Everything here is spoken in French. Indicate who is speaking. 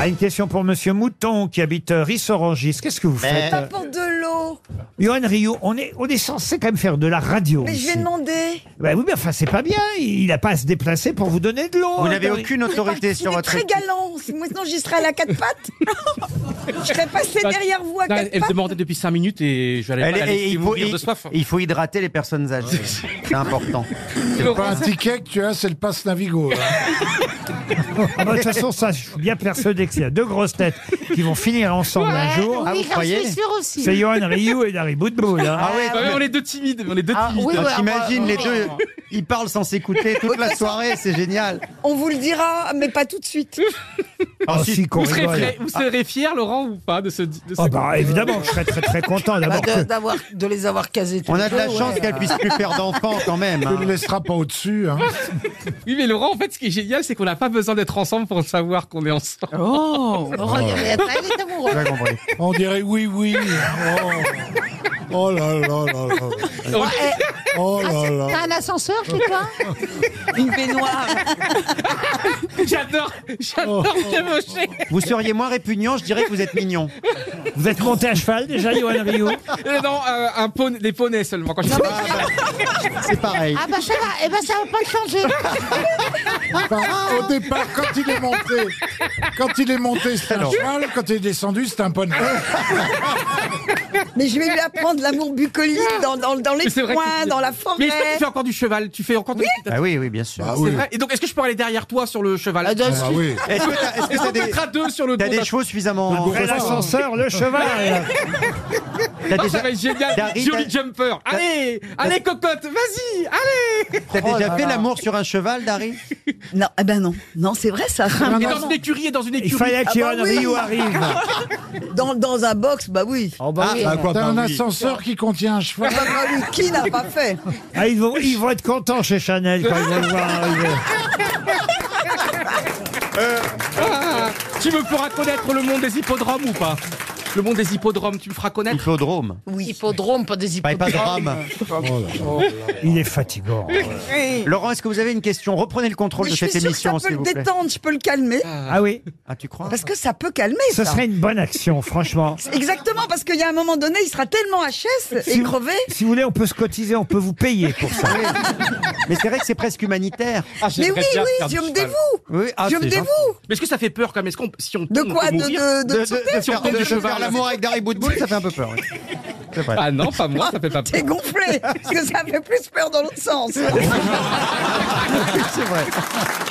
Speaker 1: Ah, une question pour Monsieur Mouton qui habite euh, Rissorangis. Qu'est-ce que vous faites
Speaker 2: Pas pour de l'eau.
Speaker 1: Johan Rio, on est, on est censé quand même faire de la radio.
Speaker 2: Mais je
Speaker 1: ici.
Speaker 2: vais demander.
Speaker 1: Bah oui, mais enfin, c'est pas bien. Il n'a pas à se déplacer pour vous donner de l'eau.
Speaker 3: Vous
Speaker 1: hein,
Speaker 3: n'avez
Speaker 1: Dari-
Speaker 3: aucune autorité
Speaker 2: Il
Speaker 3: sur
Speaker 2: est
Speaker 3: votre
Speaker 2: très
Speaker 3: équipe.
Speaker 2: galant. Si maintenant j'y serais à la quatre pattes, je serais passé
Speaker 4: Bah,
Speaker 2: derrière vous à
Speaker 4: Non,
Speaker 2: quatre
Speaker 4: elle
Speaker 2: pattes.
Speaker 4: demandait depuis 5 minutes et je vais
Speaker 3: Elle est- et
Speaker 4: aller
Speaker 3: il, faut,
Speaker 4: mourir de
Speaker 3: il-
Speaker 4: soif. hein.
Speaker 3: il faut hydrater les personnes âgées. C'est important.
Speaker 5: C'est pas un ticket que tu as, c'est le passe Navigo. là.
Speaker 1: Ah bah, de toute façon, ça, je suis bien persuadé que s'il y a deux grosses têtes qui vont finir ensemble un jour,
Speaker 3: Ah, vous
Speaker 6: Oui, j'en
Speaker 3: croyez
Speaker 6: suis sûre aussi.
Speaker 1: c'est Johan Rio et Dari Boudboul. hein.
Speaker 3: Ah ouais,
Speaker 4: Ah ouais, on est deux timides, on est deux
Speaker 3: ah,
Speaker 4: timides.
Speaker 6: oui,
Speaker 3: quand
Speaker 6: ouais,
Speaker 3: t'imagines
Speaker 6: ouais,
Speaker 3: les
Speaker 6: ouais.
Speaker 3: deux, ils parlent sans s'écouter toute la soirée, c'est génial.
Speaker 2: On vous le dira, mais pas tout de suite.
Speaker 1: Ah, si, qu'on
Speaker 4: Vous serez,
Speaker 1: rigole.
Speaker 4: fier- vous
Speaker 3: Ah.
Speaker 4: serez fier, Laurent, ou pas, de ce. De ce-
Speaker 1: Ah bah évidemment, je serais très très content
Speaker 7: Bah,
Speaker 1: d'abord
Speaker 7: de,
Speaker 1: que
Speaker 7: d'avoir, de les avoir casés tous
Speaker 3: On a
Speaker 7: les
Speaker 3: de la
Speaker 7: deux,
Speaker 3: chance
Speaker 7: ouais.
Speaker 3: qu'elle puisse plus faire d'enfants quand même.
Speaker 5: Tu ne
Speaker 3: hein.
Speaker 5: laisseras pas au-dessus. hein.
Speaker 4: Oui, mais Laurent, en fait, ce qui est génial, c'est qu'on n'a pas besoin d'être ensemble pour savoir qu'on est ensemble.
Speaker 7: Oh, regarde, elle est amoureuse.
Speaker 3: J'ai compris.
Speaker 5: On dirait oui, oui. Oh, Oh là là là là. Oh là là.
Speaker 6: T'as un ascenseur chez toi
Speaker 7: Une baignoire.
Speaker 4: J'adore, j'adore
Speaker 3: Oh.
Speaker 4: Piemocher.
Speaker 3: Vous seriez moins répugnant, je dirais que vous êtes mignon.
Speaker 1: vous êtes monté à cheval déjà, Johan Rio.
Speaker 4: Euh, Non, euh, un poney, les poneys seulement.
Speaker 3: Ah,
Speaker 4: Quand je
Speaker 3: bah, C'est pareil.
Speaker 6: Ah bah ça va, eh ben ça va pas changer.
Speaker 5: Enfin, au départ, quand il est monté, quand il est monté, c'était un cheval. Quand il est descendu, c'était un poney.
Speaker 2: Mais je vais lui apprendre l'amour bucolique dans, dans, dans les
Speaker 4: Mais c'est vrai que
Speaker 2: coins,
Speaker 4: tu-
Speaker 2: dans la
Speaker 4: Mais est-ce que
Speaker 2: forêt.
Speaker 4: tu fais encore du cheval Tu fais encore de l'équitation
Speaker 3: Ah oui, oui, bien sûr. bah
Speaker 5: Ah
Speaker 4: C'est
Speaker 5: oui.
Speaker 4: vrai. Et donc, est-ce que je peux aller derrière toi sur le cheval
Speaker 7: Ah, d'un-
Speaker 5: Ah oui.
Speaker 3: Est-ce que t'as- est-ce que t'as
Speaker 4: Est-ce qu'on
Speaker 3: des,
Speaker 4: mettra deux sur le dos
Speaker 3: t'as des
Speaker 4: d'un-
Speaker 3: chevaux suffisamment
Speaker 1: Après l'ascenseur, le cheval.
Speaker 3: T'as
Speaker 4: Ah, ça
Speaker 3: déjà,
Speaker 4: va être génial.
Speaker 3: Dari,
Speaker 4: Joli
Speaker 3: t'as-
Speaker 4: jumper. Allez, allez, cocotte, vas-y, allez.
Speaker 3: t'as déjà fait l'amour sur un cheval, Dari
Speaker 2: Non, eh ben non, non, c'est vrai ça.
Speaker 4: Et dans une écurie, et dans une
Speaker 1: Il
Speaker 4: écurie.
Speaker 1: fallait que
Speaker 2: Ah bah
Speaker 1: Johan
Speaker 2: oui.
Speaker 1: Rio arrive.
Speaker 2: Dans, dans un box, bah oui.
Speaker 3: oh,
Speaker 1: bah oui.
Speaker 5: T'as un
Speaker 3: bah oui.
Speaker 5: ascenseur qui contient un cheval.
Speaker 2: Bah, bah oui, Qui n'a pas fait
Speaker 1: Ah, ils, vont, ils vont être contents chez Chanel quand ils vont le voir arriver.
Speaker 4: Ah, tu me feras connaître le monde des hippodromes ou pas Le monde des hippodromes, tu me feras connaître
Speaker 3: Hippodrome.
Speaker 2: Oui.
Speaker 7: Hippodrome, pas des
Speaker 3: Pas, pas de
Speaker 7: hippodromes.
Speaker 3: drame.
Speaker 1: Il est fatigant.
Speaker 3: Laurent, est-ce que vous avez une question Reprenez le contrôle
Speaker 2: Mais
Speaker 3: de
Speaker 2: je
Speaker 3: cette
Speaker 2: suis sûre que ça
Speaker 3: émission,
Speaker 2: peut
Speaker 3: s'il
Speaker 2: le
Speaker 3: vous plaît.
Speaker 2: détendre, je peux le calmer.
Speaker 1: Ah oui,
Speaker 3: Ah, tu crois
Speaker 2: Parce que ça peut calmer
Speaker 1: ce
Speaker 2: ça.
Speaker 1: serait une bonne action, franchement.
Speaker 2: Exactement, parce qu'il y a un moment donné, il sera tellement HS
Speaker 1: Si
Speaker 2: et
Speaker 1: vous-
Speaker 2: crevé.
Speaker 1: Si vous voulez, on peut se cotiser, on peut vous payer pour ça.
Speaker 3: Mais c'est vrai que c'est presque humanitaire.
Speaker 4: Ah,
Speaker 2: Mais
Speaker 4: j'aimerais
Speaker 2: oui,
Speaker 4: bien
Speaker 2: oui,
Speaker 4: faire
Speaker 2: je
Speaker 4: du
Speaker 2: me
Speaker 4: cheval.
Speaker 2: dévoue.
Speaker 3: Oui, ah, c'est
Speaker 2: je me
Speaker 3: gentil.
Speaker 2: dévoue.
Speaker 4: Mais est-ce que ça fait peur quand même Est-ce qu'on si on
Speaker 2: De
Speaker 4: tombe,
Speaker 2: quoi
Speaker 4: on peut
Speaker 2: de,
Speaker 4: mourir
Speaker 2: de,
Speaker 3: De,
Speaker 2: de,
Speaker 3: de-
Speaker 2: sauter
Speaker 3: de faire,
Speaker 4: tombe
Speaker 3: de
Speaker 4: du
Speaker 3: faire
Speaker 4: cheval.
Speaker 3: l'amour avec Dari Boudboul, ça fait un peu peur. oui. C'est vrai.
Speaker 4: Ah non, pas moi, ça fait pas
Speaker 2: T'es
Speaker 4: peur.
Speaker 2: gonflé, parce que ça fait plus peur dans l'autre sens.
Speaker 3: C'est vrai.